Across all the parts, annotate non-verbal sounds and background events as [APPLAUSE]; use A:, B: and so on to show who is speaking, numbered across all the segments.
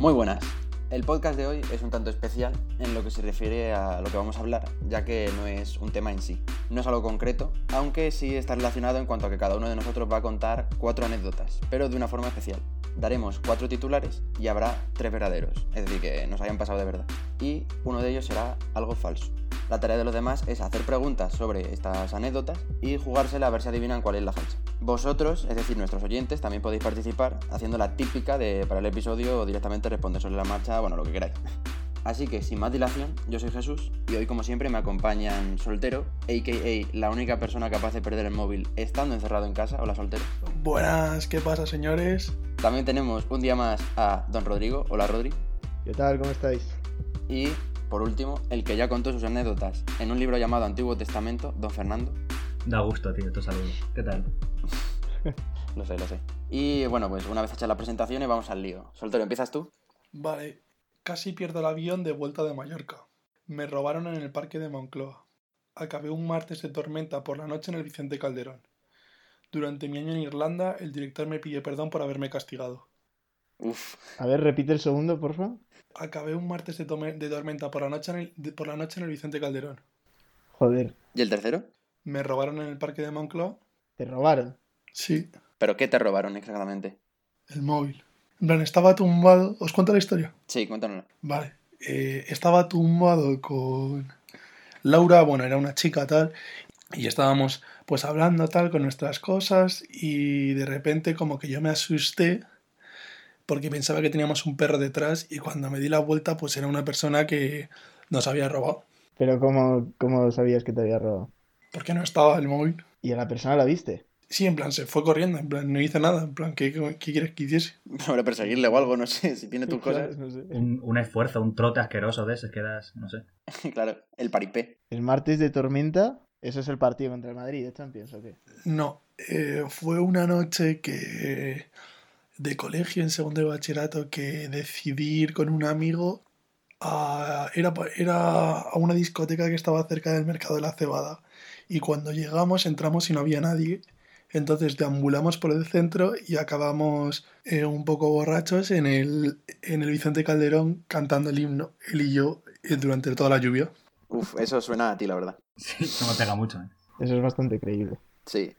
A: Muy buenas. El podcast de hoy es un tanto especial en lo que se refiere a lo que vamos a hablar, ya que no es un tema en sí, no es algo concreto, aunque sí está relacionado en cuanto a que cada uno de nosotros va a contar cuatro anécdotas, pero de una forma especial. Daremos cuatro titulares y habrá tres verdaderos, es decir, que nos hayan pasado de verdad, y uno de ellos será algo falso. La tarea de los demás es hacer preguntas sobre estas anécdotas y jugársela a ver si adivinan cuál es la falsa. Vosotros, es decir, nuestros oyentes, también podéis participar haciendo la típica de para el episodio o directamente responder sobre la marcha, bueno, lo que queráis. Así que sin más dilación, yo soy Jesús y hoy como siempre me acompañan Soltero, aka la única persona capaz de perder el móvil estando encerrado en casa. Hola Soltero.
B: Buenas, ¿qué pasa, señores?
A: También tenemos un día más a Don Rodrigo. Hola Rodri.
C: ¿Qué tal? ¿Cómo estáis?
A: Y por último, el que ya contó sus anécdotas en un libro llamado Antiguo Testamento, Don Fernando.
D: Da gusto, tío, estos saludos. ¿Qué tal?
A: lo sé, lo sé. Y bueno, pues una vez hecha la presentación y vamos al lío. Soltero, ¿empiezas tú?
B: Vale, casi pierdo el avión de vuelta de Mallorca. Me robaron en el parque de Moncloa. Acabé un martes de tormenta por la noche en el Vicente Calderón. Durante mi año en Irlanda, el director me pidió perdón por haberme castigado.
A: Uf.
C: A ver, repite el segundo, por favor.
B: Acabé un martes de, tome- de tormenta por la, noche en el, de- por la noche en el Vicente Calderón.
C: Joder,
A: ¿Y el tercero?
B: Me robaron en el parque de Moncloa.
C: te robaron.
B: Sí,
A: ¿Pero qué te robaron exactamente?
B: el móvil. En plan, estaba tumbado. ¿Os cuento la historia?
A: Sí, cuéntanos.
B: Vale. Eh, estaba tumbado con Laura, bueno, era una chica tal, y estábamos pues hablando tal con nuestras cosas y de repente como que yo me asusté porque pensaba que teníamos un perro detrás y cuando me di la vuelta pues era una persona que nos había robado.
C: Pero ¿cómo, cómo sabías que te había robado?
B: Porque no estaba el móvil.
C: ¿Y a la persona la viste?
B: Sí, en plan, se fue corriendo, en plan, no hice nada, en plan, ¿qué, qué, qué quieres que hiciese?
A: [LAUGHS] Sobre perseguirle o algo, no sé, si tiene [LAUGHS]
C: [LAUGHS]
A: tus cosas.
C: No sé.
D: Un, un esfuerzo, un trote asqueroso de esos que das, no sé. [LAUGHS]
A: [LAUGHS] claro, el paripé.
C: El martes de tormenta, eso es el partido contra el Madrid de Champions, ¿o qué?
B: No, eh, fue una noche que de colegio en segundo de bachillerato que decidí ir con un amigo a, era, pa- era a una discoteca que estaba cerca del mercado de la cebada y cuando llegamos entramos y no había nadie entonces deambulamos por el centro y acabamos eh, un poco borrachos en el, en el Vicente Calderón cantando el himno, él y yo, eh, durante toda la lluvia.
A: Uf, eso suena a ti, la verdad.
D: Sí, no me pega mucho, ¿eh?
C: Eso es bastante creíble.
A: Sí.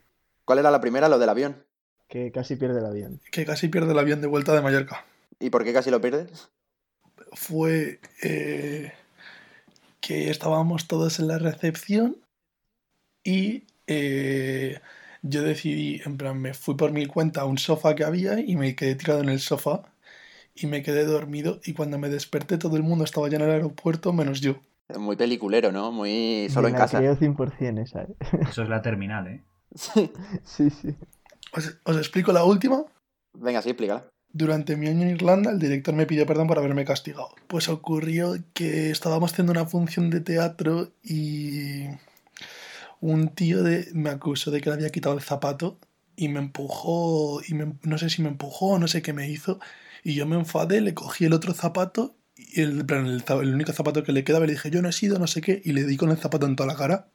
A: ¿Cuál era la primera? Lo del avión.
C: Que casi pierde el avión.
B: Que casi pierde el avión de vuelta de Mallorca.
A: ¿Y por qué casi lo pierdes?
B: fue eh, que estábamos todos en la recepción y eh, yo decidí, en plan, me fui por mi cuenta a un sofá que había y me quedé tirado en el sofá y me quedé dormido y cuando me desperté todo el mundo estaba ya en el aeropuerto menos yo.
A: Muy peliculero, ¿no? Muy solo en
C: Me la
A: casa.
C: creo 100% esa, ¿eh? [LAUGHS]
D: Eso es la terminal, ¿eh?
A: [LAUGHS] Sí.
C: Sí, sí.
B: ¿Os, os explico la última?
A: Venga, sí, explícala.
B: Durante mi año en Irlanda, el director me pidió perdón por haberme castigado. Pues ocurrió que estábamos haciendo una función de teatro y un tío de- me acusó de que le había quitado el zapato y me empujó, y me- no sé si me empujó o no sé qué me hizo. Y yo me enfadé, le cogí el otro zapato, y el, en plan, el za- el único zapato que le quedaba, le dije yo no he sido, no sé qué, y le di con el zapato en toda la cara.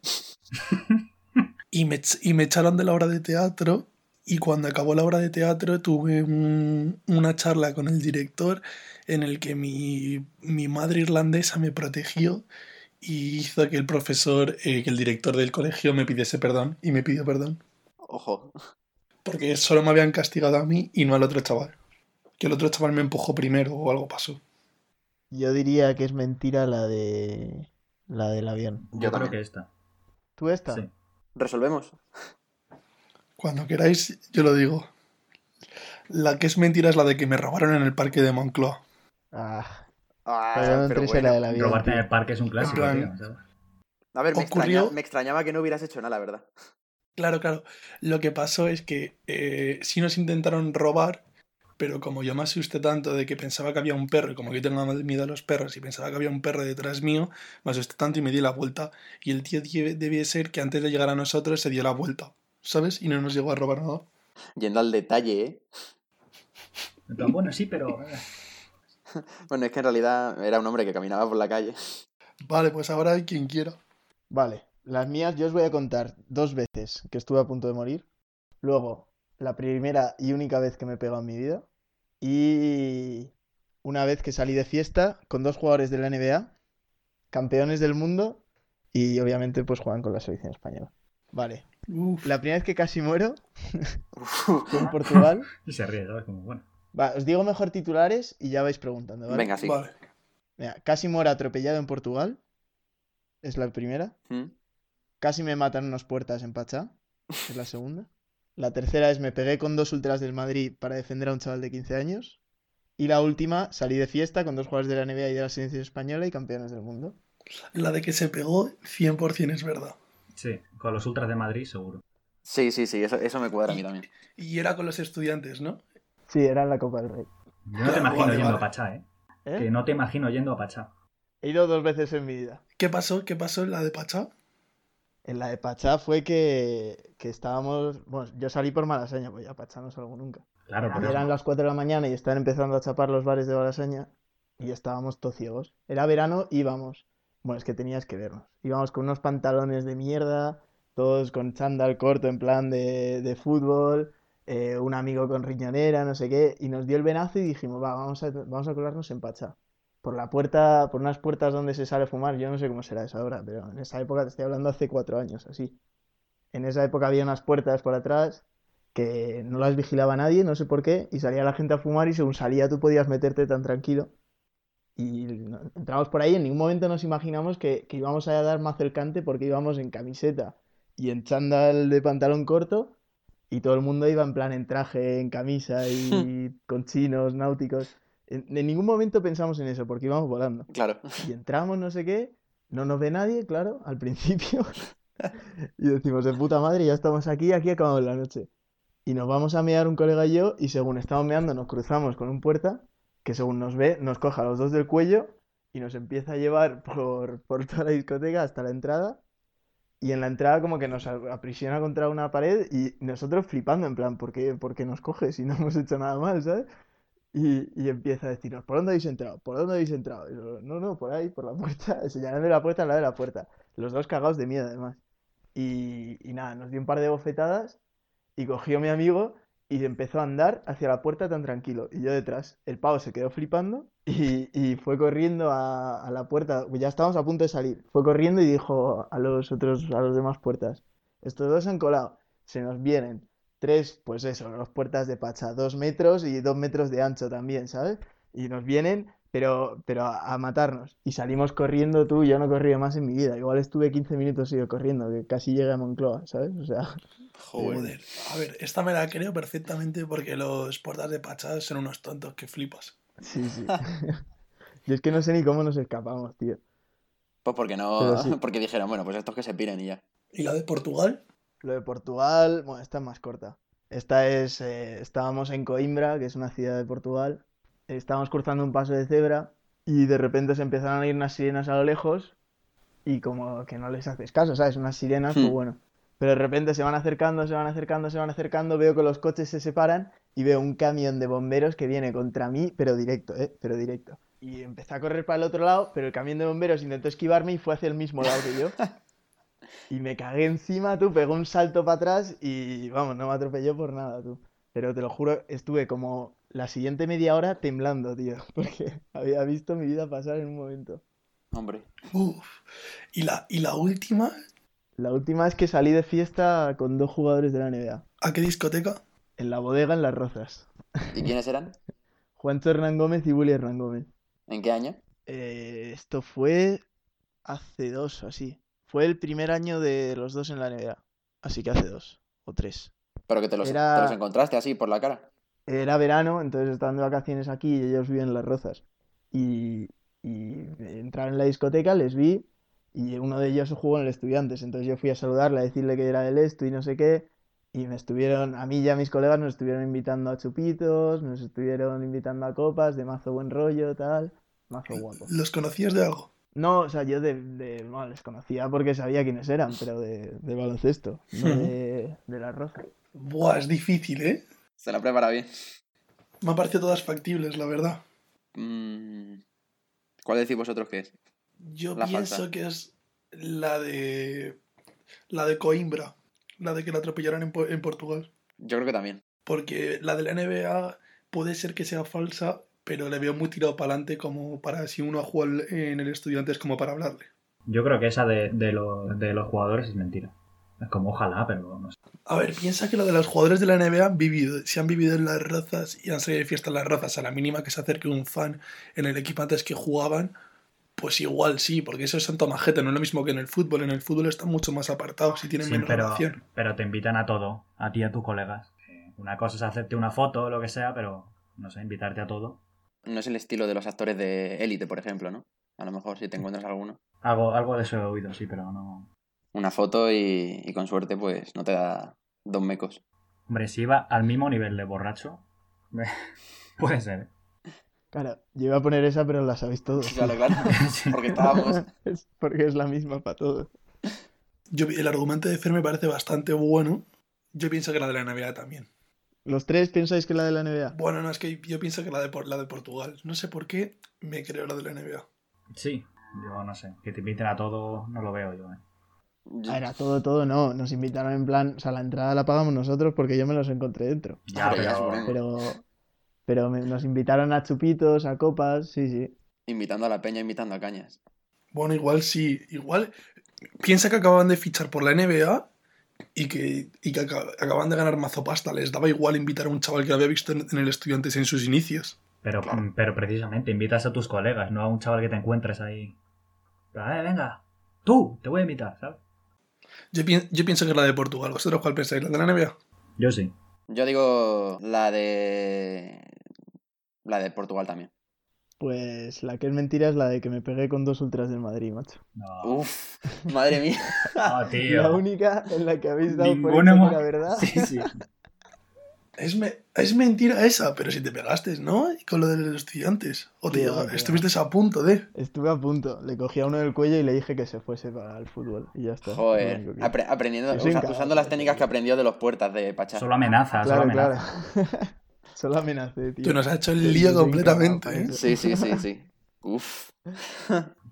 B: y, me, ech- y me echaron de la obra de teatro y cuando acabó la obra de teatro tuve un- una charla con el director en el que mi, mi madre irlandesa me protegió y hizo que el profesor, eh, que el director del colegio me pidiese perdón y me pidió perdón.
A: Ojo.
B: Porque solo me habían castigado a mí y no al otro chaval. Que el otro chaval me empujó primero o algo pasó.
C: Yo diría que es mentira la de la del avión.
A: Yo
D: Yo, creo
A: también.
D: que esta.
C: ¿Tú esta?
D: Sí.
A: Resolvemos.
B: Cuando queráis, yo lo digo. La que es mentira es la de que me robaron en el parque de Moncloa.
C: Ah,
A: Ah,
C: pero no
A: pero
C: entres en
A: bueno.
C: la del avión.
D: Robarte en
C: tío.
D: el parque es un clásico,
B: En
D: tío.
B: plan-
D: ¿sabes?
A: A ver, me,
B: Ocurrió-
A: extraña- me extrañaba que no hubieras hecho nada, la verdad.
B: Claro, claro. Lo que pasó es que eh, sí nos intentaron robar, pero como yo me asusté tanto de que pensaba que había un perro, y como yo tengo miedo a los perros y pensaba que había un perro detrás mío, me asusté tanto y me di la vuelta. Y el tío die- debía ser que antes de llegar a nosotros se dio la vuelta, ¿sabes? Y no nos llegó a robar nada.
A: Yendo al detalle, ¿eh?
D: En plan, Bueno, sí, pero... eh,
A: Bueno, es que en realidad era un hombre que caminaba por la calle.
B: Vale, pues ahora quien quiera.
C: Vale, las mías yo os voy a contar dos veces que estuve a punto de morir. Luego, la primera y única vez que me pegó en mi vida. Y una vez que salí de fiesta con dos jugadores de la NBA, campeones del mundo, y obviamente pues juegan con la selección española. Vale.
B: Uf,
C: La primera vez que casi muero [LAUGHS] fue en Portugal.
D: Y se ríe, ¿sabes? Como, bueno.
C: Va, os digo mejor titulares y ya vais preguntando, ¿vale?
A: Venga, Ah, sí.
B: vale.
C: Mira, casi muero atropellado en Portugal. Es la primera.
A: ¿Mm?
C: Casi me matan unas puertas en Pachá. Es la segunda. La tercera es me pegué con dos ultras del Madrid para defender a un chaval de 15 años. Y la última, salí de fiesta con dos jugadores de la NBA y de la selección española y campeones del mundo.
B: La de que se pegó, 100% es verdad.
D: Sí, con los ultras de Madrid seguro.
A: Sí, sí, sí, eso, eso me cuadra a mí también.
B: Y era con los estudiantes, ¿no?
C: Sí, era en la Copa del Rey.
D: Yo no te imagino
B: Vale,
D: yendo
B: vale.
D: a Pachá, ¿eh?
C: ¿Eh?
D: Que no te imagino yendo a Pachá.
C: He ido dos veces en mi vida.
B: ¿Qué pasó? ¿Qué pasó en la de Pachá?
C: En la de Pachá fue que, que estábamos... Bueno, yo salí por Malasaña, pues ya a Pachá no salgo nunca.
D: Claro, pero
C: Eran las 4 de la mañana y están empezando a chapar los bares de Balasaña y estábamos todos ciegos. Era verano, íbamos. Bueno, es que tenías que vernos. Íbamos con unos pantalones de mierda, todos con chándal corto en plan de, de fútbol, eh, un amigo con riñonera, no sé qué, y nos dio el venazo y dijimos, va, vamos a, vamos a colarnos en Pachá. Por la puerta, por unas puertas donde se sale a fumar, yo no sé cómo será esa hora, pero en esa época te estoy hablando hace cuatro años, así. En esa época había unas puertas por atrás que no las vigilaba nadie, no sé por qué, y salía la gente a fumar y según salía tú podías meterte tan tranquilo. Y no- entramos por ahí, en ningún momento nos imaginamos que, que íbamos a dar más cercante porque íbamos en camiseta y en chándal de pantalón corto y todo el mundo iba en plan en traje, en camisa y con chinos, náuticos. En, en ningún momento pensamos en eso porque íbamos volando.
A: Claro.
C: Y entramos, no sé qué, no nos ve nadie, claro, al principio. [LAUGHS] y decimos, de puta madre, ya estamos aquí, aquí acabamos la noche. Y nos vamos a mear un colega y yo, y según estamos meando, nos cruzamos con un puerta que según nos ve, nos coja a los dos del cuello y nos empieza a llevar por, por toda la discoteca hasta la entrada. Y en la entrada como que nos a- aprisiona contra una pared y nosotros flipando, en plan, ¿por qué, por qué nos coge si no hemos hecho nada mal, ¿sabes? Y, y empieza a decirnos, ¿por dónde habéis entrado? ¿Por dónde habéis entrado? Y nosotros, no, no, por ahí, por la [LAUGHS] puerta, señalando la puerta al lado de la puerta. Los dos cagados de miedo, además. Y, y nada, nos dio un par de bofetadas y cogió mi amigo y empezó a andar hacia la puerta tan tranquilo. Y yo detrás. El pavo se quedó flipando y, y fue corriendo a, a la puerta. Ya estábamos a punto de salir. Fue corriendo y dijo a los otros, a los demás puertas, estos dos se han colado, se nos vienen. Tres, pues eso, los puertas de Pacha, dos metros y dos metros de ancho también, ¿sabes? Y nos vienen, pero, pero a, a matarnos. Y salimos corriendo tú, yo no he corrido más en mi vida. Igual estuve 15 minutos y yo corriendo, que casi llegué a Moncloa, ¿sabes? O sea,
B: Joder. A ver, esta me la creo perfectamente porque los puertas de Pachá son unos tontos que flipas.
C: sí, sí. [LAUGHS] Yo es que no sé ni cómo nos escapamos, tío.
A: Pues porque no.
C: Pero sí.
A: [LAUGHS] Porque dijeron, bueno, pues estos que se piren y ya.
B: ¿Y la de Portugal?
C: Lo de Portugal, bueno, esta es más corta. Esta es, eh, estábamos en Coimbra, que es una ciudad de Portugal. Estábamos cruzando un paso de cebra y de repente se empezaron a ir unas sirenas a lo lejos y como que no les haces caso, ¿sabes? Unas sirenas, pues
A: Hmm.
C: bueno. Pero de repente se van acercando, se van acercando, se van acercando, veo que los coches se separan y veo un camión de bomberos que viene contra mí, pero directo, ¿eh? Pero directo. Y empecé a correr para el otro lado, pero el camión de bomberos intentó esquivarme y fue hacia el mismo lado que yo. Y me cagué encima, tú, pegó un salto para atrás y vamos, no me atropelló por nada, tú. Pero te lo juro, estuve como la siguiente media hora temblando, tío, [LAUGHS] porque había visto mi vida pasar en un momento.
A: Hombre.
B: Uf. ¿Y la, y la última?
C: La última es que salí de fiesta con dos jugadores de la NBA,
B: ¿A qué discoteca?
C: en la bodega en Las Rozas.
A: ¿Y quiénes eran?
C: Juancho Hernán Gómez y Willy Hernán Gómez.
A: ¿En qué año?
C: Eh, esto fue hace dos o así. Fue el primer año de los dos en la NBA, así que hace dos o tres.
A: Pero que te los,
C: Era-
A: te los encontraste así por la cara.
C: Era verano, entonces estaban de vacaciones aquí y ellos viven en Las Rozas. Y, y entraron en la discoteca, les vi y uno de ellos jugó en el Estudiantes. Entonces yo fui a saludarle, a decirle que era del Estu y no sé qué. Y me estuvieron, a mí y a mis colegas nos estuvieron invitando a chupitos, nos estuvieron invitando a copas de mazo buen rollo, tal. Mazo guapo.
B: ¿Los conocías de algo?
C: No, o sea, yo de, de- bueno, les conocía porque sabía quiénes eran, pero de, de baloncesto, no de, de Las Rozas.
B: Buah, es difícil, ¿eh?
A: Se la prepara bien.
B: Me han parecido todas factibles, la verdad.
A: Mm, ¿Cuál decís vosotros que es?
B: Yo
A: La
B: pienso
A: falta.
B: que es la de. La de Coimbra. La de que la atropellaron en, Po- en Portugal.
A: Yo creo que también.
B: Porque la de la NBA puede ser que sea falsa, pero le veo muy tirado para adelante como para si uno ha jugado en el estudiante es como para hablarle.
D: Yo creo que esa de, de, lo- de los jugadores es mentira. Es como ojalá, pero no sé.
B: A ver, piensa que lo de los jugadores de la NBA han vivido, se han vivido en las razas y han salido de fiesta en las razas. A la mínima que se acerque un fan en el equipo antes que jugaban, pues igual sí, porque eso es santo majete, no es lo mismo que en el fútbol. En el fútbol están mucho más apartados y tienen
D: Sí,
B: menos
D: pero,
B: relación.
D: pero te invitan a todo, a ti y a tus colegas. Eh, Una cosa es hacerte una foto o lo que sea, pero no sé, invitarte a todo.
A: No es el estilo de los actores de élite, por ejemplo, ¿no? A lo mejor si te encuentras alguno.
D: Algo, algo de eso he oído, sí, pero no.
A: Una foto y, y con suerte, pues no te da dos
C: [LAUGHS]
A: mecos.
D: Hombre, si iba al mismo nivel de borracho, [LAUGHS] puede
A: [LAUGHS]
D: ser. ¿eh?
C: Claro, yo iba a poner esa, pero la sabéis todos.
A: Claro, claro.
D: Sí.
A: Porque estábamos.
C: [LAUGHS] Es porque es la misma para todos.
B: Yo, el argumento de Fer me parece bastante bueno. Yo pienso que la de la NBA también.
C: ¿Los tres pensáis que la de la NBA?
B: Bueno, no, es que yo pienso que la de, por- la de Portugal. No sé por qué me creo la de la NBA.
D: Sí, yo no sé. Que te inviten a todo, no lo veo yo. ¿eh?
A: Yo-
C: A ver, a todo, todo no. Nos invitaron en plan, o sea, la entrada la pagamos nosotros porque yo me los encontré dentro.
D: Ya,
A: Hombre, ya
D: pero-
A: supongo.
C: Pero, pero me- nos invitaron a chupitos, a copas, sí, sí.
A: Invitando a la peña, invitando a cañas.
B: Bueno, igual sí, igual. Piensa que acababan de fichar por la NBA y que, y que aca- acababan de ganar mazo pasta. Les daba igual invitar a un chaval que lo había visto en, en el Estudiantes en sus inicios.
D: Pero, pero precisamente invitas a tus colegas, no a un chaval que te encuentres ahí. Ah, eh, venga, tú, te voy a invitar, ¿sabes?
B: Yo, pien- yo pienso que es la de Portugal. ¿Vosotros cuál pensáis? ¿La de la NBA?
D: Yo sí.
A: Yo digo la de. La de Portugal también.
C: Pues la que es mentira es la de que me pegué con dos ultras del Madrid, macho.
D: No,
A: Uf, madre mía.
C: [LAUGHS]
D: no,
C: La
D: tío.
C: única en la que habéis dado por
D: Ninguno
C: hecho que
D: hemos-
C: era verdad.
D: [LAUGHS] Sí, sí.
B: Es, me- es mentira esa, pero si te pegaste, ¿no? Con lo de los Estudiantes. O te
C: Tío,
B: llega-
C: tío.
B: estuviste a punto de.
C: Estuve a punto. Le cogí a uno del cuello y le dije que se fuese para el fútbol. Y ya está. Lo
A: Joder.
C: único que-
A: Apre- aprendiendo,
C: Yo soy
A: usa-
C: incapaz.
A: usando las técnicas que aprendió de los puertas de Pachá.
D: Solo amenaza,
C: Claro,
D: solo amenaza.
C: claro. [LAUGHS] Solo amenacé, tío.
B: Tú nos has hecho el
C: Sí,
B: lío
C: sí, sí,
B: completamente,
C: incapaz,
B: ¿eh?
C: eso.
A: Sí, sí,
C: [LAUGHS]
A: sí, sí. Uf.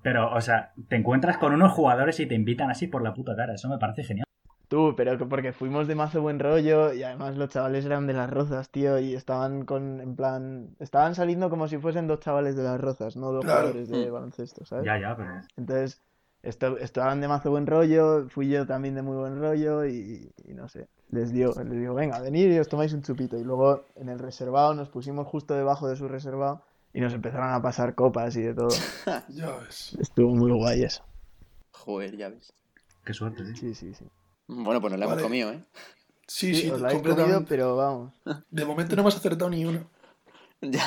D: Pero, o sea, te encuentras con unos jugadores y te invitan así por la puta cara. Eso me parece genial.
C: Tú, pero que porque fuimos de mazo buen rollo y además los chavales eran de las rozas, tío, y estaban con, en plan, estaban saliendo como si fuesen dos chavales de las rozas, no dos
B: Claro.
C: jugadores de
A: Mm.
C: baloncesto, ¿sabes?
D: Ya, ya, pero.
C: Entonces, esto, estaban de mazo buen rollo, fui yo también de muy buen rollo y, y no sé. Les dio, les digo, venga, venid y os tomáis un chupito. Y luego en el reservado nos pusimos justo debajo de su reservado y nos empezaron a pasar copas y de todo.
B: Ya ves.
C: [LAUGHS] Estuvo muy guay eso.
A: Joder, ya ves.
D: Qué suerte, tío.
C: Sí, sí, sí.
A: Bueno, pues nos la
B: Vale.
A: hemos comido, ¿eh? [LAUGHS]
B: Sí, sí,
C: os la habéis comido,
B: completamente.
C: pero vamos.
B: De momento no me has acertado ni una.
A: Ya.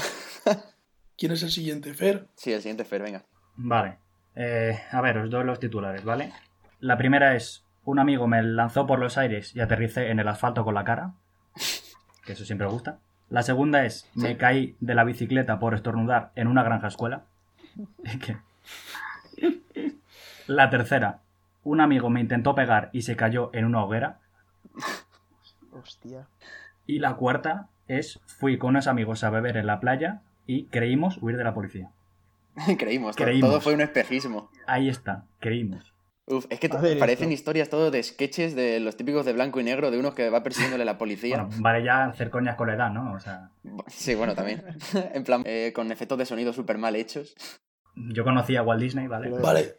B: ¿Quién es el siguiente, Fer?
A: Sí, el siguiente Fer, venga. [LAUGHS]
D: Vale. Eh, a ver, os doy los titulares, ¿vale? La primera es: un amigo me lanzó por los aires y aterricé en el asfalto con la cara. Que eso siempre gusta. La segunda es: me caí de la bicicleta por estornudar en una granja escuela. [LAUGHS] Es que- La tercera: un amigo me intentó pegar y se cayó en una hoguera.
C: Hostia.
D: Y la cuarta es: fui con unos amigos a beber en la playa y creímos huir de la policía.
A: Creímos, to-
D: Creímos.
A: todo fue un espejismo.
D: Ahí está, creímos.
A: Uf, es que to-
C: A ver,
A: parecen
C: esto.
A: historias todo de sketches de los típicos de blanco y negro, de unos que va persiguiéndole la policía.
D: Bueno, vale ya hacer coñas con la edad, ¿no? O sea,
A: Bu- Sí, bueno, también. [LAUGHS] en plan, eh, con efectos de sonido súper mal hechos.
D: yo conocía a Walt Disney, ¿vale?
C: Pero-
B: Vale,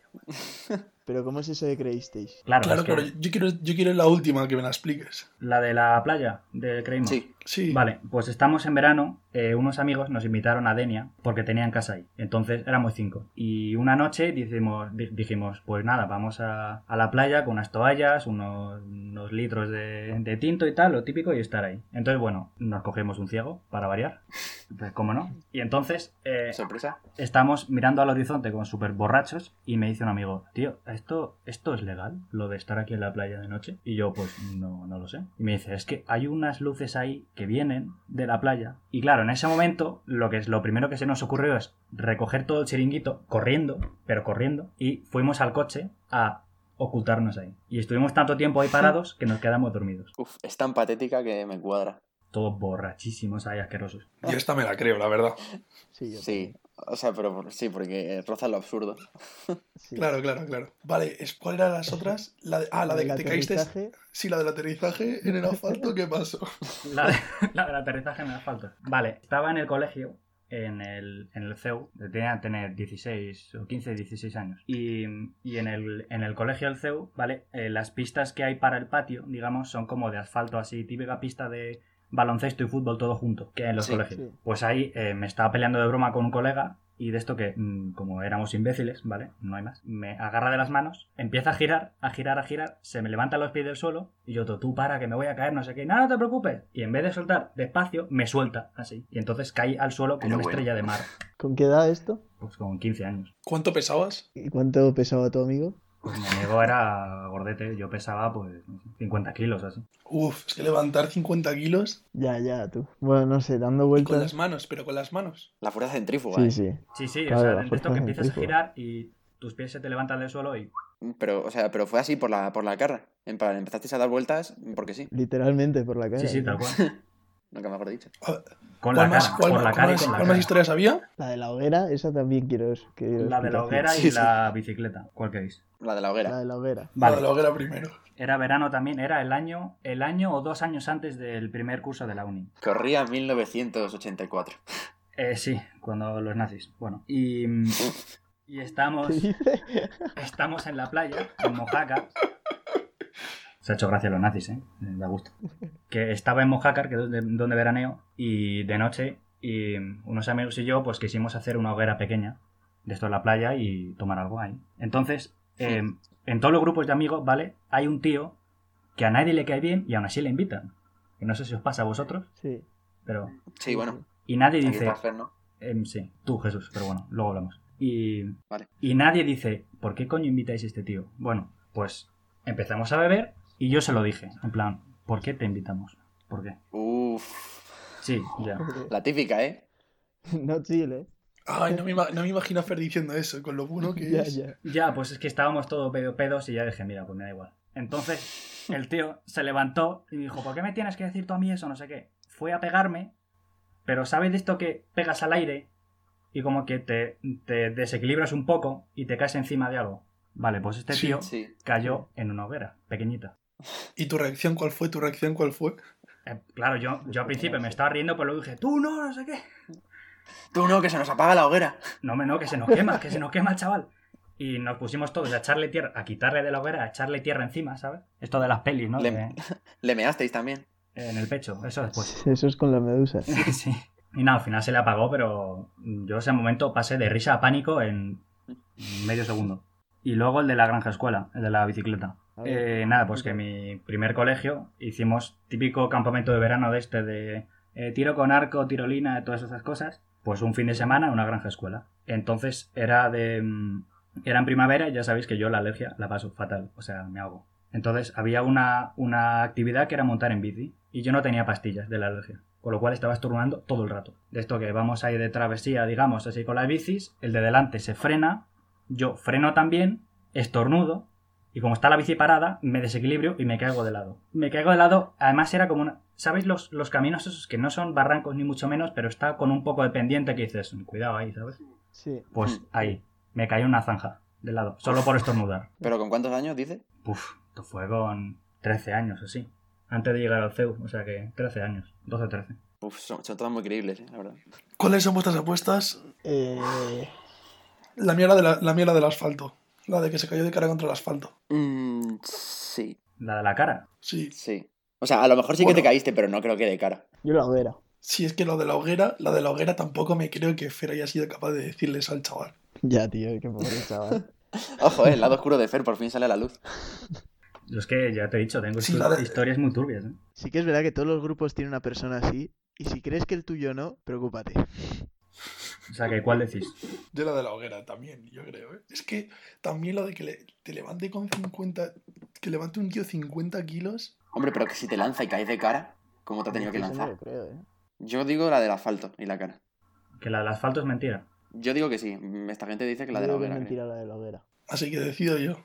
C: Pero ¿cómo es eso de creísteis?
D: Claro,
B: claro,
D: es que
B: claro. Yo quiero, yo quiero la última que me la expliques.
D: la de la playa, de creímos.
A: Sí.
B: Sí.
D: Vale, pues estamos en verano, eh, unos amigos nos invitaron a Denia porque tenían casa ahí, entonces éramos cinco. Y una noche dijimos, di- dijimos pues nada, vamos a, a la playa con unas toallas, unos, unos litros de, de tinto y tal, lo típico, y estar ahí. Entonces, bueno, nos cogemos un ciego, para variar, pues cómo no. Y entonces eh,
A: Sorpresa.
D: estamos mirando al horizonte como súper borrachos y me dice un amigo, tío, ¿esto, ¿esto es legal? Lo de estar aquí en la playa de noche. Y yo, pues no, no lo sé. Y me dice, es que hay unas luces ahí que vienen de la playa. Y claro, en ese momento lo, que es, lo primero que se nos ocurrió es recoger todo el chiringuito corriendo, pero corriendo, y fuimos al coche a ocultarnos ahí. Y estuvimos tanto tiempo ahí parados que nos quedamos dormidos.
A: Uf, es tan patética que me cuadra.
D: Todos borrachísimos ahí, asquerosos.
B: Yo esta me la creo, la verdad.
C: Sí, yo
A: Sí. O sea, pero por- sí, porque eh, roza lo absurdo.
C: Sí.
B: Claro, claro, claro. Vale, es- ¿cuáles eran las otras? La de- ah, la de
C: Del
B: que te caíste.
C: aterrizaje,
B: Sí, la del aterrizaje en el asfalto, ¿qué pasó?
D: [LAUGHS] La, de- la del aterrizaje en el asfalto. Vale, estaba en el colegio en el, en el CEU, tenía que tener 16 o 15, 16 años. Y, y en, el, en el colegio del CEU, ¿vale? Eh, las pistas que hay para el patio, digamos, son como de asfalto así, típica pista de baloncesto y fútbol todo junto, que hay en los
A: Sí,
D: colegios.
C: sí.
D: Pues ahí eh, me estaba peleando de broma con un colega y de esto que, mm, como éramos imbéciles, ¿vale? No hay más. Me agarra de las manos, empieza a girar, a girar, a girar, se me levanta los pies del suelo y yo, tú para, que me voy a caer, no sé qué, no, no te preocupes. Y en vez de soltar despacio, me suelta así. Y entonces caí al suelo como
A: Pero
D: una
A: bueno.
D: estrella de mar,
C: ¿Con qué edad esto?
D: pues con 15 años.
B: ¿Cuánto pesabas?
C: ¿Y cuánto pesaba tu amigo?
D: Pues mi amigo era gordete, yo pesaba pues no sé, 50 kilos así.
B: Uf, es que levantar 50 kilos
C: Ya, ya, tú. Bueno, no sé, dando
B: con las
C: vueltas.
B: manos, pero con las manos.
A: La fuerza centrífuga.
C: Sí,
A: ¿eh?
C: sí.
D: Sí, sí,
C: Claro,
D: o
C: la
D: sea, de esto que
C: fuerza
D: empiezas a
C: centrífuga.
D: girar y tus pies se te levantan del suelo y
A: Mm, Pero, o sea, pero fue así por la, por la cara. En plan, empezasteis a dar vueltas porque sí.
C: Literalmente por la cara.
D: Sí, sí,
B: [LAUGHS]
D: tal cual.
A: Nunca mejor dicho.
D: Con la
B: ¿Cuál
D: cara,
B: más, cuál
D: con la
B: más-
D: cara y
B: cuál
D: con
B: más- cuál
D: la
B: más
D: cara.
B: historias había?
C: La de la hoguera, esa también quiero. quiero
D: La de la
C: explicación.
D: hoguera
B: Sí,
D: y
B: sí.
D: la bicicleta, ¿cuál queréis?
A: La de la hoguera.
C: La de la hoguera.
B: La de
D: Vale,
B: la hoguera primero.
D: era verano también, era el año, el año o dos años antes del primer curso de la uni.
A: Corría 1984.
D: Eh, sí, cuando los nazis, bueno. Y, y
B: [LAUGHS]
D: estamos,
C: ¿Qué dice? [LAUGHS]
D: estamos en la playa, en Mojácar. Se ha hecho gracia a los nazis, ¿eh? Eh, Da gusto. Que estaba en Mojácar, que es donde, donde veraneo, y de noche, y unos amigos y yo, pues quisimos hacer una hoguera pequeña de esto en la playa y tomar algo ahí. Entonces, eh, en todos los grupos de amigos, ¿vale? Hay un tío que a nadie le cae bien y aún así le invitan. Que no sé si os pasa a vosotros,
C: Sí. [LAUGHS]
D: pero...
A: Sí, bueno.
D: Y nadie
A: Aquí
D: dice,
A: está Fer, ¿no?
D: Em, sí, tú, Jesús, pero bueno, luego hablamos. Y,
A: Vale.
D: y nadie dice, ¿por qué coño invitáis a este tío? Bueno, pues empezamos a beber y yo se lo dije, en plan, ¿por qué te invitamos? ¿Por qué?
A: Uf.
D: Sí, ya.
A: La típica, ¿eh?
C: No chile. ¿eh?
B: Ay, no me, ima- no me imagino a Fer diciendo eso, con lo bueno que
C: [LAUGHS] Ya,
B: es.
C: ya.
D: Ya, pues es que estábamos todos pedo pedos y ya dije, mira, pues me da igual. Entonces, el tío se levantó y me dijo, ¿por qué me tienes que decir tú a mí eso? No sé qué. Fue a pegarme, pero ¿sabes de esto que pegas al aire y como que te, te desequilibras un poco y te caes encima de algo? Vale, pues este
B: Sí,
D: tío
A: Sí.
D: cayó en una hoguera pequeñita.
B: ¿Y tu reacción cuál fue? ¿Tu reacción cuál fue?
D: Eh, claro, yo, yo al principio me estaba riendo, pero luego dije, tú no, no sé qué.
A: Tú no, que se nos apaga la hoguera. [LAUGHS]
D: No, hombre, no, que se nos quema, que se nos quema, chaval. Y nos pusimos todos a echarle tierra, a quitarle de la hoguera, a echarle tierra encima, ¿sabes? Esto de las pelis, ¿no?
A: Le-
D: De-
A: Le measteis también.
D: en el pecho, eso
C: [LAUGHS]
D: después. [LAUGHS]
C: Eso es con la medusa.
D: sí. Y nada, al final se le apagó, pero yo ese momento pasé de risa a pánico en medio segundo. Y luego el de la granja escuela, el de la bicicleta.
C: A ver.
D: Eh, nada, pues que en mi primer colegio hicimos típico campamento de verano de este de eh, tiro con arco, tirolina, todas esas cosas. Pues un fin de semana en una granja escuela. Entonces era de... mm, Era en primavera y ya sabéis que yo la alergia la paso fatal, o sea, me ahogo. Entonces había una, una actividad que era montar en bici y yo no tenía pastillas de la alergia, con lo cual estaba estornudando todo el rato. De esto que vamos ahí de travesía, digamos, así con las bicis, el de delante se frena, yo freno también, estornudo y como está la bici parada, me desequilibrio y me caigo de lado. Me caigo de lado, además era como una... ¿Sabéis los, los caminos esos que no son barrancos ni mucho menos, pero está con un poco de pendiente que dices, cuidado ahí, ¿sabes?
C: Sí.
D: Pues
B: Mm.
D: ahí, me caí en una zanja de lado, solo por estornudar.
A: ¿Pero con cuántos años, dice?
D: Puf, esto fue con 13 años o así. Antes de llegar al CEU, o sea que 13 años, 12 o 13.
A: Uf, son, son todas muy creíbles, ¿eh? la verdad.
B: ¿Cuáles son vuestras apuestas?
C: Eh,
B: La mierda, de la, la mierda del asfalto. La de que se cayó de cara contra el asfalto.
A: Mm, sí,
D: La de la cara.
B: Sí.
A: sí. O sea, a lo mejor sí que
B: Bueno.
A: te caíste, pero no creo que de cara.
C: yo la hoguera.
B: Si es que lo de la hoguera, la de la hoguera tampoco me creo que Fer haya sido capaz de decirles al chaval.
C: Ya, tío, qué pobre chaval.
A: Ojo, eh, el lado oscuro de Fer por fin sale a la luz.
D: Yo es que ya te he dicho, tengo
B: Sí,
D: histo-
B: la de-
D: historias muy turbias. ¿eh?
C: Sí que es verdad que todos los grupos tienen una persona así. Y si crees que el tuyo no, preocúpate.
D: O sea que, ¿cuál decís?
B: Yo la de la hoguera también, yo creo. ¿eh? Es que también lo de que le- te levante con 50, que levante un tío 50 kilos.
A: Hombre, pero que si te lanza y caes de cara, ¿cómo te ha tenido que
C: Eso no
A: lanzar?
C: lo creo, ¿eh?
A: Yo digo la del asfalto y la cara.
D: Que la del asfalto es mentira.
A: Yo digo que sí. Mm, Esta gente dice que la
C: Yo
A: de la
C: creo que es
A: hoguera. creo.
C: mentira la de la hoguera.
B: Así que decido yo.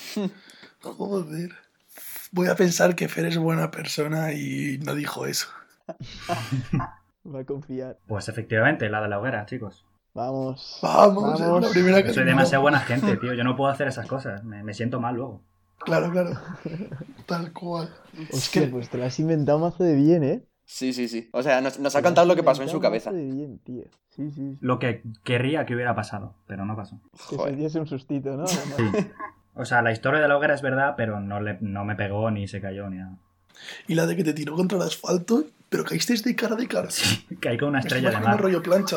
B: [LAUGHS] Joder. Voy a pensar que Fer es buena persona y no dijo eso.
C: Va a confiar.
D: Pues efectivamente, la de la hoguera, chicos.
C: Vamos.
B: Vamos, es la primera que
D: Soy
B: tengo.
D: demasiado buena gente, tío. Yo no puedo hacer esas cosas. Me, me siento mal luego.
B: Claro, claro. Tal cual.
C: Hostia, pues te la has inventado mazo de bien, ¿eh?
A: Sí, sí, sí. O sea, nos, nos ha contado lo que pasó en su cabeza.
C: Bien, tío. Sí, sí. sí.
D: Lo que querría que hubiera pasado, pero no pasó.
C: Que
A: Joder.
C: se diese un sustito, ¿no?
D: O sea, la historia de la hoguera es verdad, pero no, le, no me pegó ni se cayó ni nada. [LAUGHS]
B: Y la de que te tiró contra el asfalto, pero caísteis de cara de cara.
D: Sí, caí con una
B: Me estoy
D: estrella de
B: imaginando
D: mar.
B: rollo plancha.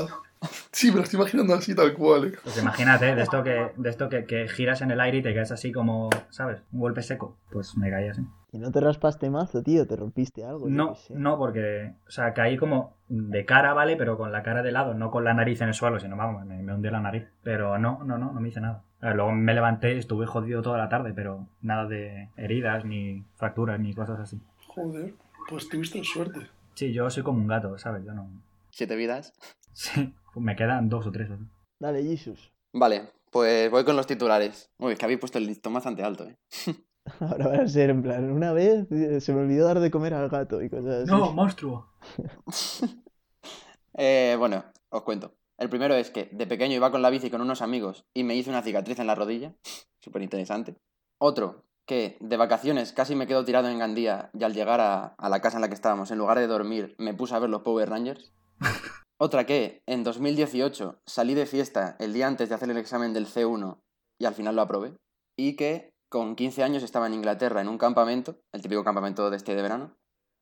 B: Sí, me lo estoy imaginando así tal cual. eh.
D: Pues imagínate, de esto, que, de esto que, que giras en el aire y te caes así como, ¿sabes? Un golpe seco. Pues me caí así.
C: Y no te raspaste mazo, tío, te rompiste algo. yo
D: No,
C: qué sé.
D: no, porque, o sea, caí como de cara, ¿vale? Pero con la cara de lado, no con la nariz en el suelo, sino, vamos, me, me hundió la nariz. Pero no, no, no, no me hice nada. A ver, Luego me levanté, estuve jodido toda la tarde, pero nada de heridas, ni fracturas, ni cosas así.
B: Joder, pues tuviste suerte.
D: Sí, yo soy como un gato, ¿sabes? Yo no... [LAUGHS]
A: Siete vidas.
D: Sí, me quedan dos o tres. ¿no?
C: Dale, Jesus.
A: Vale, pues voy con los titulares. Uy, es que habéis puesto el listón bastante alto, ¿eh?
C: [LAUGHS] Ahora van a ser en plan, una vez eh, se me olvidó dar de comer al gato y cosas así.
D: No, monstruo.
A: Eh, bueno, os cuento. El primero es que de pequeño iba con la bici con unos amigos y me hice una cicatriz en la rodilla. [LAUGHS] Súper interesante. Otro, que de vacaciones casi me quedo tirado en Gandía y al llegar a, a la casa en la que estábamos, en lugar de dormir, me puse a ver los Power Rangers. Otra que, en 2018, salí de fiesta el día antes de hacer el examen del C1 y al final lo aprobé. Y que, con 15 años, estaba en Inglaterra en un campamento, el típico campamento de este de verano,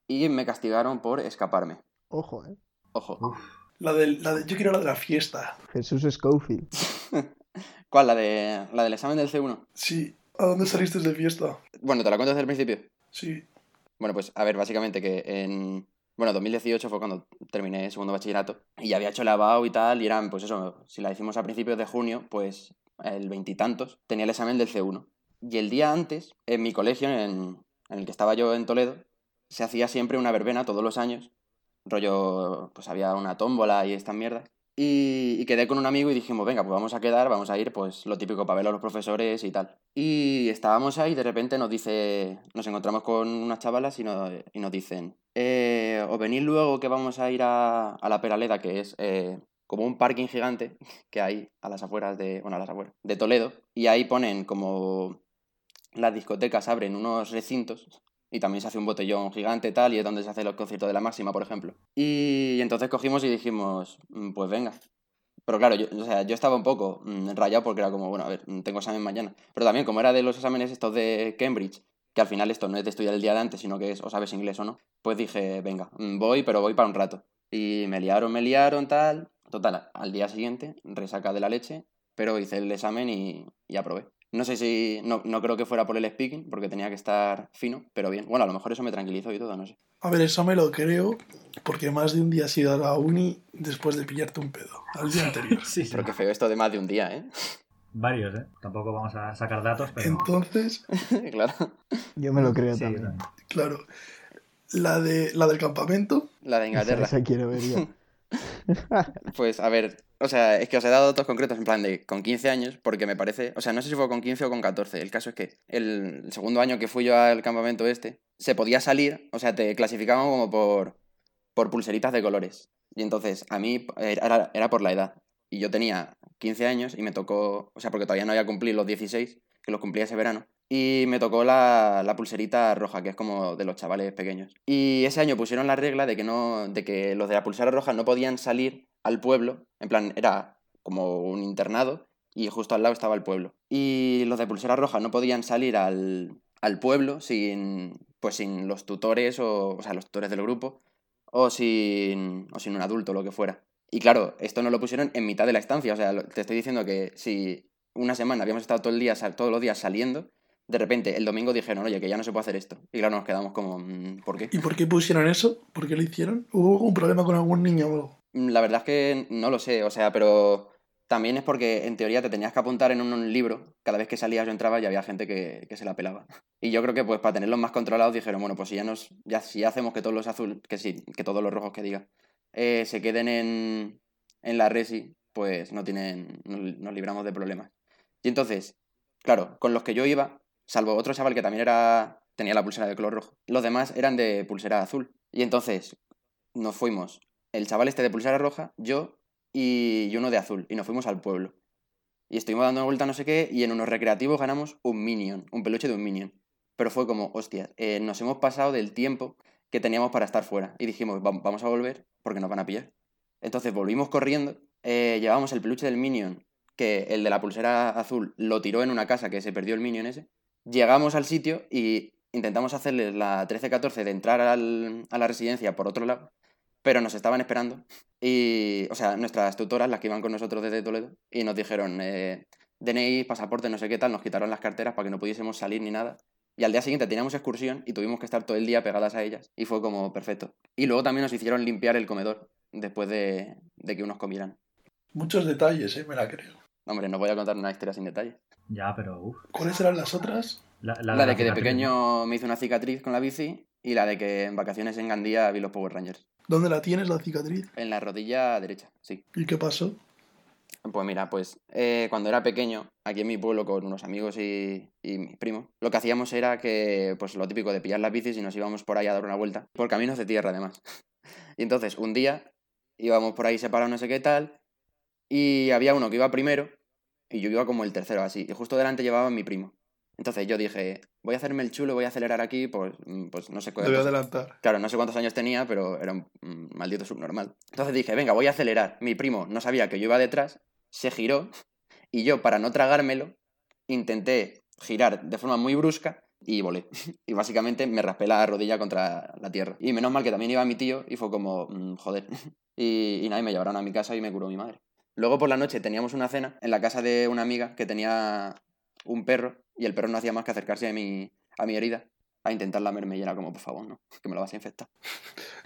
A: y me castigaron por escaparme.
C: Ojo, eh.
A: Ojo.
B: La del- la de, yo quiero la de la fiesta.
C: Jesús Schofield.
A: [LAUGHS] ¿Cuál? ¿La, de, la del examen del C1?
B: Sí. ¿A dónde saliste de fiesta?
A: Bueno, te la cuento desde el principio.
B: Sí.
A: Bueno, pues a ver, básicamente que en... Bueno, 2018 fue cuando terminé segundo bachillerato y ya había hecho la BAU y tal, y eran, pues eso, si la hicimos a principios de junio, pues el veintitantos, tenía el examen del C1. Y el día antes, en mi colegio, en, en el que estaba yo en Toledo, se hacía siempre una verbena todos los años, rollo, pues había una tómbola y estas mierdas. Y, y quedé con un amigo y dijimos, venga, pues vamos a quedar, vamos a ir, pues lo típico para ver a los profesores y tal. Y estábamos ahí y de repente nos dice, nos encontramos con unas chavalas y, no- y nos dicen, eh, os venís luego que vamos a ir a, a la Peraleda, que es eh, como un parking gigante [LAUGHS] que hay a las afueras de, bueno, a las afueras, de Toledo. Y ahí ponen como las discotecas abren unos recintos y también se hace un botellón gigante tal, y es donde se hacen los conciertos de la máxima, por ejemplo. Y entonces cogimos y dijimos, "Mm, pues venga. Pero claro, yo, o sea, yo estaba un poco mm, rayado porque era como, bueno, a ver, mm, tengo examen mañana. Pero también como era de los exámenes estos de Cambridge, que al final esto no es de estudiar el día de antes, sino que es o sabes inglés o no, pues dije, venga, mm, voy, pero voy para un rato. Y me liaron, me liaron, tal. Total, al día siguiente, resaca de la leche, pero hice el examen y, y aprobé. No sé si, no, no creo que fuera por el speaking, porque tenía que estar fino, pero bien. Bueno, a lo mejor eso me tranquilizó y todo, no sé.
B: A ver, eso me lo creo, porque más de un día has ido a la uni después de pillarte un pedo. Al día
D: [LAUGHS]
B: anterior.
D: Sí, sí.
A: Pero qué feo esto de más de un día, ¿eh? [LAUGHS]
D: Varios, ¿eh? Tampoco vamos a sacar datos, pero...
B: Entonces,
A: claro.
C: Yo me lo creo
D: Sí,
C: también.
D: también.
B: claro. La, de, la del campamento.
A: La de
C: Esa,
A: Inglaterra.
C: esa quiero ver yo.
B: [LAUGHS]
A: Pues a ver, o sea, es que os he dado datos concretos en plan de con 15 años, porque me parece, o sea, no sé si fue con 15 o con 14. El caso es que el segundo año que fui yo al campamento este, se podía salir, o sea, te clasificaban como por, por pulseritas de colores. Y entonces a mí er, era, era por la edad. Y yo tenía 15 años y me tocó, o sea, porque todavía no había cumplido los 16, que los cumplía ese verano. Y me tocó la, la pulserita roja, que es como de los chavales pequeños. Y ese año pusieron la regla de que, no, de que los de la pulsera roja no podían salir al pueblo. En plan, era como un internado y justo al lado estaba el pueblo. Y los de pulsera roja no podían salir al, al pueblo sin, pues sin los tutores o, o sea, los tutores del grupo o sin, o sin un adulto, lo que fuera. Y claro, esto no lo pusieron en mitad de la estancia. O sea, lo- te estoy diciendo que si una semana habíamos estado todo el día, sal- todos los días saliendo, de repente el domingo dijeron, oye, que ya no se puede hacer esto. Y claro, nos quedamos como, "Mm, ¿por qué?
B: ¿Y por qué pusieron eso? ¿Por qué lo hicieron? ¿Hubo algún problema con algún niño o algo?
A: Mm, La verdad es que no lo sé, o sea, pero también es porque en teoría te tenías que apuntar en un, un libro. Cada vez que salías o entrabas ya había gente que, que se la pelaba. Y yo creo que pues para tenerlos más controlados dijeron, bueno, pues si ya nos, ya si ya hacemos que todos los azul, que sí, que todos los rojos que diga, eh, se queden en, en la resi, pues no tienen, nos, nos libramos de problemas. Y entonces, claro, con los que yo iba, salvo otro chaval que también era tenía la pulsera de color rojo, los demás eran de pulsera azul. Y entonces nos fuimos el chaval este de pulsera roja, yo y, y uno de azul. Y nos fuimos al pueblo. Y estuvimos dando una vuelta no sé qué y en unos recreativos ganamos un minion, un peluche de un minion. Pero fue como, hostia, eh, nos hemos pasado del tiempo que teníamos para estar fuera. Y dijimos, "Va- vamos a volver porque nos van a pillar. Entonces volvimos corriendo, eh, llevábamos el peluche del Minion, que el de la pulsera azul lo tiró en una casa que se perdió el Minion ese. Llegamos al sitio y intentamos hacerle la 13-14 de entrar al- a la residencia por otro lado, pero nos estaban esperando. Y, o sea, nuestras tutoras, las que iban con nosotros desde Toledo, y nos dijeron, eh, DNI, pasaporte, no sé qué tal, nos quitaron las carteras para que no pudiésemos salir ni nada. Y al día siguiente teníamos excursión y tuvimos que estar todo el día pegadas a ellas. Y fue como perfecto. Y luego también nos hicieron limpiar el comedor después de, de que unos comieran.
B: Muchos detalles, ¿eh? Me la creo.
A: Hombre, no voy a contar una historia sin detalles.
D: Ya, pero uff.
B: ¿Cuáles eran las otras?
D: La,
A: La,
D: la
A: de que de
D: cicatriz.
A: pequeño me hice una cicatriz con la bici y la de que en vacaciones en Gandía vi los Power Rangers.
B: ¿Dónde la tienes la cicatriz?
A: En la rodilla derecha, sí.
B: ¿Y qué pasó?
A: Pues mira, pues eh, cuando era pequeño, aquí en mi pueblo con unos amigos y, y mis primos, lo que hacíamos era que, pues lo típico de pillar las bicis y nos íbamos por ahí a dar una vuelta, por caminos de tierra además. [LAUGHS] Y entonces un día íbamos por ahí separados no sé qué tal, y había uno que iba primero y yo iba como el tercero así, y justo delante llevaba a mi primo. Entonces yo dije, voy a hacerme el chulo, voy a acelerar aquí, pues, mm, pues no sé
B: Te voy a
A: cuántos-
B: adelantar.
A: Claro, no sé cuántos años tenía, pero era un mm, maldito subnormal. Entonces dije, venga, voy a acelerar. Mi primo no sabía que yo iba detrás, se giró y yo, para no tragármelo, intenté girar de forma muy brusca y volé. [LAUGHS] Y básicamente me raspé la rodilla contra la tierra. Y menos mal que también iba mi tío y fue como, mm, joder. [LAUGHS] Y, y nada, y me llevaron a mi casa y me curó mi madre. Luego por la noche teníamos una cena en la casa de una amiga que tenía un perro y el perro no hacía más que acercarse a mi, a mi herida a intentar lamerme y era como, por favor, no, que me lo vas a infectar.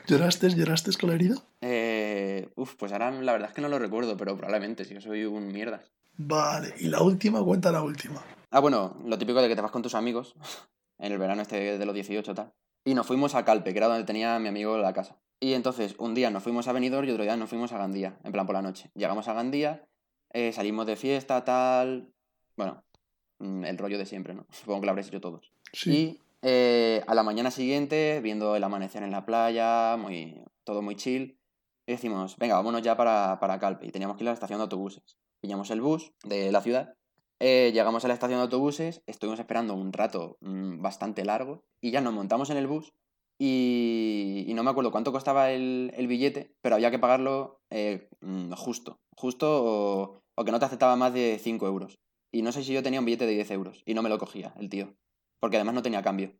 B: ¿Lloraste? ¿Lloraste con la herida?
A: Eh, uf, pues ahora la verdad es que no lo recuerdo, pero probablemente, si yo soy un mierda.
B: Vale. ¿Y la última? Cuenta la última.
A: Ah, bueno, lo típico de que te vas con tus amigos [LAUGHS] en el verano este de los 18 tal. Y nos fuimos a Calpe, que era donde tenía mi amigo la casa. Y entonces, un día nos fuimos a Benidorm y otro día nos fuimos a Gandía, en plan por la noche. Llegamos a Gandía, eh, salimos de fiesta, tal... Bueno, mm, el rollo de siempre, ¿no? [LAUGHS] Supongo que lo habréis hecho todos.
B: Sí.
A: Y eh, a la mañana siguiente, viendo el amanecer en la playa, muy, todo muy chill, y decimos, venga, vámonos ya para, para Calpe. Y teníamos que ir a la estación de autobuses. Pillamos el bus de la ciudad, eh, llegamos a la estación de autobuses, estuvimos esperando un rato mm, bastante largo, y ya nos montamos en el bus. Y, y no me acuerdo cuánto costaba el, el billete, pero había que pagarlo eh, mm, justo. Justo o, o que no te aceptaba más de 5 euros. Y no sé si yo tenía un billete de 10 euros y no me lo cogía el tío porque además no tenía cambio.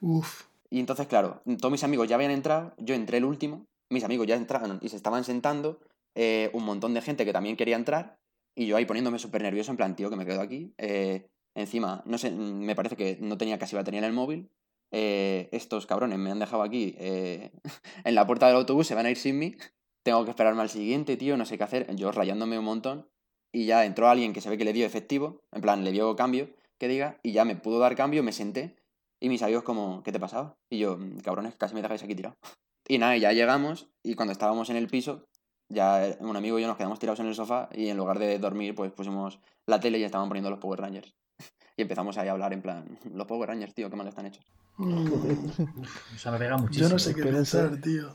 B: Uf.
A: Y entonces, claro, todos mis amigos ya habían entrado, yo entré el último, mis amigos ya entraron y se estaban sentando, eh, un montón de gente que también quería entrar, y yo ahí poniéndome súper nervioso, en plan, tío, que me quedo aquí. eh, encima, no sé, mm, me parece que no tenía casi batería en el móvil. eh, estos cabrones me han dejado aquí eh, [LAUGHS] en la puerta del autobús, se van a ir sin mí. Tengo que esperarme al siguiente, tío, no sé qué hacer. Yo rayándome un montón. Y ya entró alguien que se ve que le dio efectivo, en plan, le dio cambio, que diga, y ya me pudo dar cambio, me senté. Y mis amigos como, ¿qué te pasaba? Y yo, "Mm, cabrones, casi me dejáis aquí tirado. [LAUGHS] Y nada, y ya llegamos y cuando estábamos en el piso, ya eh, un amigo y yo nos quedamos tirados en el sofá y en lugar de dormir, pues pusimos la tele y estaban poniendo los Power Rangers. [LAUGHS] Y empezamos ahí a hablar en plan, "Mm, los Power Rangers, tío, qué mal están hechos. [LAUGHS]
B: Mm,
D: Uf, Eso me pega muchísimo.
B: Yo no sé qué
C: Espérense.
B: pensar, [LAUGHS] tío.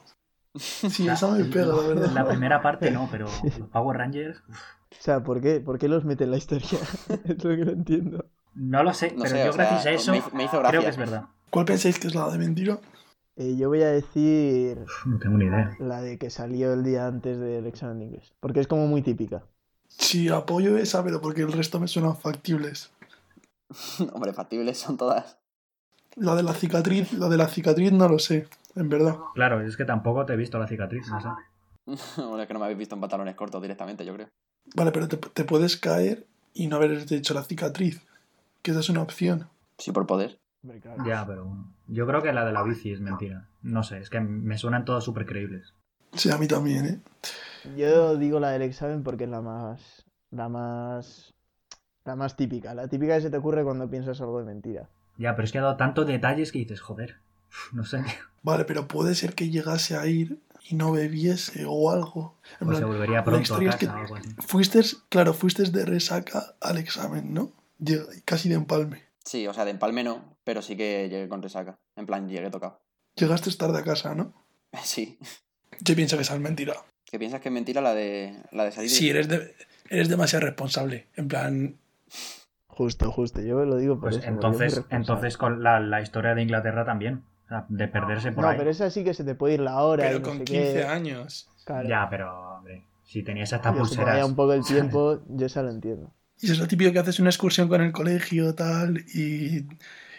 B: Sí, esa me pega, la
D: La [LAUGHS]
B: verdad.
D: primera parte no, pero los Power Rangers. uf,
C: O sea, ¿por qué, ¿por qué los meten en la historia? [LAUGHS] es lo que no entiendo.
D: No lo sé,
A: No
D: pero
A: sé,
D: yo
A: o sea,
D: gracias a eso
A: me hizo- me hizo
D: creo
A: gracia.
D: que es verdad.
B: ¿Cuál pensáis que es la de mentira?
C: Eh, yo voy a decir
D: Uf, No tengo ni idea.
C: la de que salió el día antes del examen de inglés. Porque es como muy típica.
B: Sí, apoyo esa, pero porque el resto me suenan factibles.
A: Hombre, factibles son todas. [LAUGHS]
B: La de la cicatriz, la de la cicatriz no lo sé, en verdad.
D: Claro, es que tampoco te he visto la cicatriz, no sé.
A: Hombre, que no me habéis visto en pantalones cortos directamente, yo creo.
B: Vale, pero te, te puedes caer y no haber hecho la cicatriz. Que esa es una opción.
A: Sí, por poder.
C: Hombre, claro.
D: Ya, pero bueno. Yo creo que la de la bici es mentira. No sé, es que me suenan todas súper creíbles.
B: Sí, a mí también, ¿eh?
C: Yo digo la del examen porque es la más, la más, la más típica. La típica que se te ocurre cuando piensas algo de mentira.
D: Ya, pero es que ha dado tantos detalles que dices, joder, uf, no [LAUGHS] sé.
B: Vale, pero puede ser que llegase a ir y no bebiese o algo. En
D: O pues se
B: plan,
D: volvería pronto a
B: historia es
D: casa
B: que-
D: o algo así.
B: fuiste, claro, fuiste de resaca al examen, ¿no? Lleg- casi de empalme.
A: Sí, o sea, de empalme no, pero sí que llegué con resaca. En plan, llegué tocado. [LAUGHS]
B: Llegaste tarde a casa, ¿no?
A: Sí.
B: Yo pienso que esa es mentira.
A: ¿Qué piensas que es mentira la de, la de salir?
B: Sí, eres, de- eres demasiado responsable. En plan,
C: Justo, justo. Yo lo digo por
D: Pues
C: eso, porque es muy
D: entonces,
C: responsable.
D: entonces con la, la historia de Inglaterra también. O sea, de perderse por
C: No,
D: ahí.
C: pero esa sí que se te puede ir la hora. y
B: Pero
C: no
B: con
C: sé
B: 15
C: qué.
B: años.
C: Claro.
D: Ya, pero, hombre, si tenías hasta
C: Yo supongo que ya
D: pulseras.
C: un poco
D: [LAUGHS]
C: el tiempo, yo esa lo entiendo.
B: Y es lo típico que haces una excursión con el colegio, tal, y,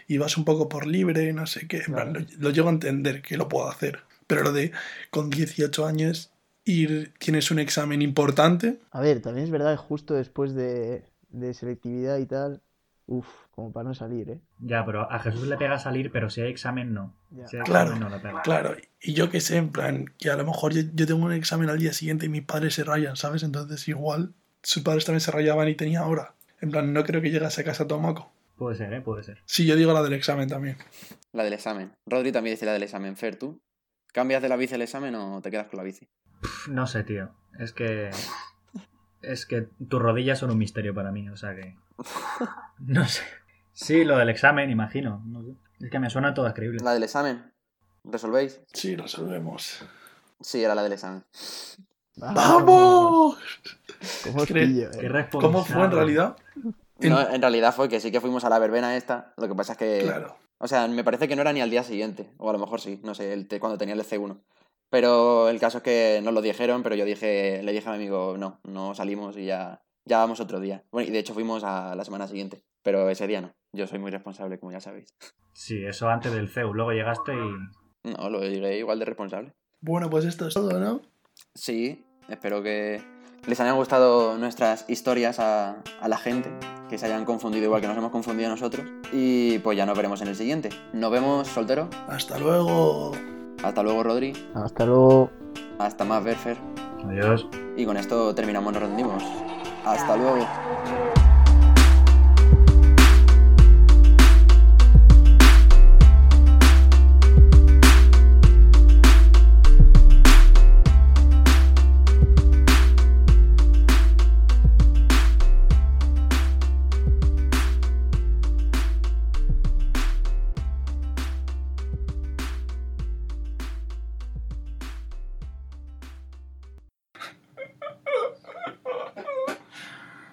B: y vas un poco por libre, no sé qué. En plan,
C: Claro.
B: lo, lo llego a entender que lo puedo hacer. Pero lo de con 18 años ir, tienes un examen importante,
C: A ver, también es verdad que justo después de, de selectividad y tal, uff, como para no salir, ¿eh?
D: Ya, pero a Jesús le pega salir, pero si hay examen, no.
C: Ya.
D: Si hay
B: Claro,
D: examen, no le pega.
B: claro. Y yo qué sé, en plan, que a lo mejor yo, yo tengo un examen al día siguiente y mis padres se rayan, ¿sabes? Entonces igual sus padres también se rayaban y tenía hora. En plan, no creo que llegase a casa todo moco.
D: Puede ser, ¿eh? Puede ser.
B: Sí, yo digo la del examen también.
A: La del examen. Rodri también dice la del examen. Fer, ¿tú? ¿Cambias de la bici el examen o te quedas con la bici?
D: No sé, tío. Es que. Es que tus rodillas son un misterio para mí, o
B: [LAUGHS]
D: sea que. No sé. Sí, lo del examen, imagino. No sé. Es que me suena todas creíbles.
A: ¿La del examen? ¿Resolvéis?
B: Sí, lo sabemos.
A: Sí, era la del examen.
B: ¡Vamos!
C: Ah, Como os
B: Cre-
C: pillo,
D: Qué
C: ¿eh?
D: responsable.
B: ¿Cómo fue en realidad? En-
A: No, en realidad fue que sí que fuimos a la verbena esta. Lo que pasa es que.
B: Claro.
A: O sea, me parece que no era ni al día siguiente. O a lo mejor sí, no sé, el te- cuando tenía el C1. Pero el caso es que nos lo dijeron, pero yo dije, le dije a mi amigo, no, no salimos y ya, ya vamos otro día. Bueno, y de hecho fuimos a la semana siguiente, pero ese día no. Yo soy muy responsable, como ya sabéis.
D: Sí, eso antes del CEU. Luego llegaste y.
A: No, lo diré igual de responsable.
B: Bueno, pues esto es todo, ¿no?
A: Sí, espero que les hayan gustado nuestras historias a, a la gente, que se hayan confundido igual que nos hemos confundido nosotros. Y pues ya nos veremos en el siguiente. Nos vemos, soltero.
B: Hasta luego.
A: Hasta luego, Rodri.
C: Hasta luego.
A: Hasta más, Berfer.
D: Adiós.
A: Y con esto terminamos, nos rendimos. Hasta luego.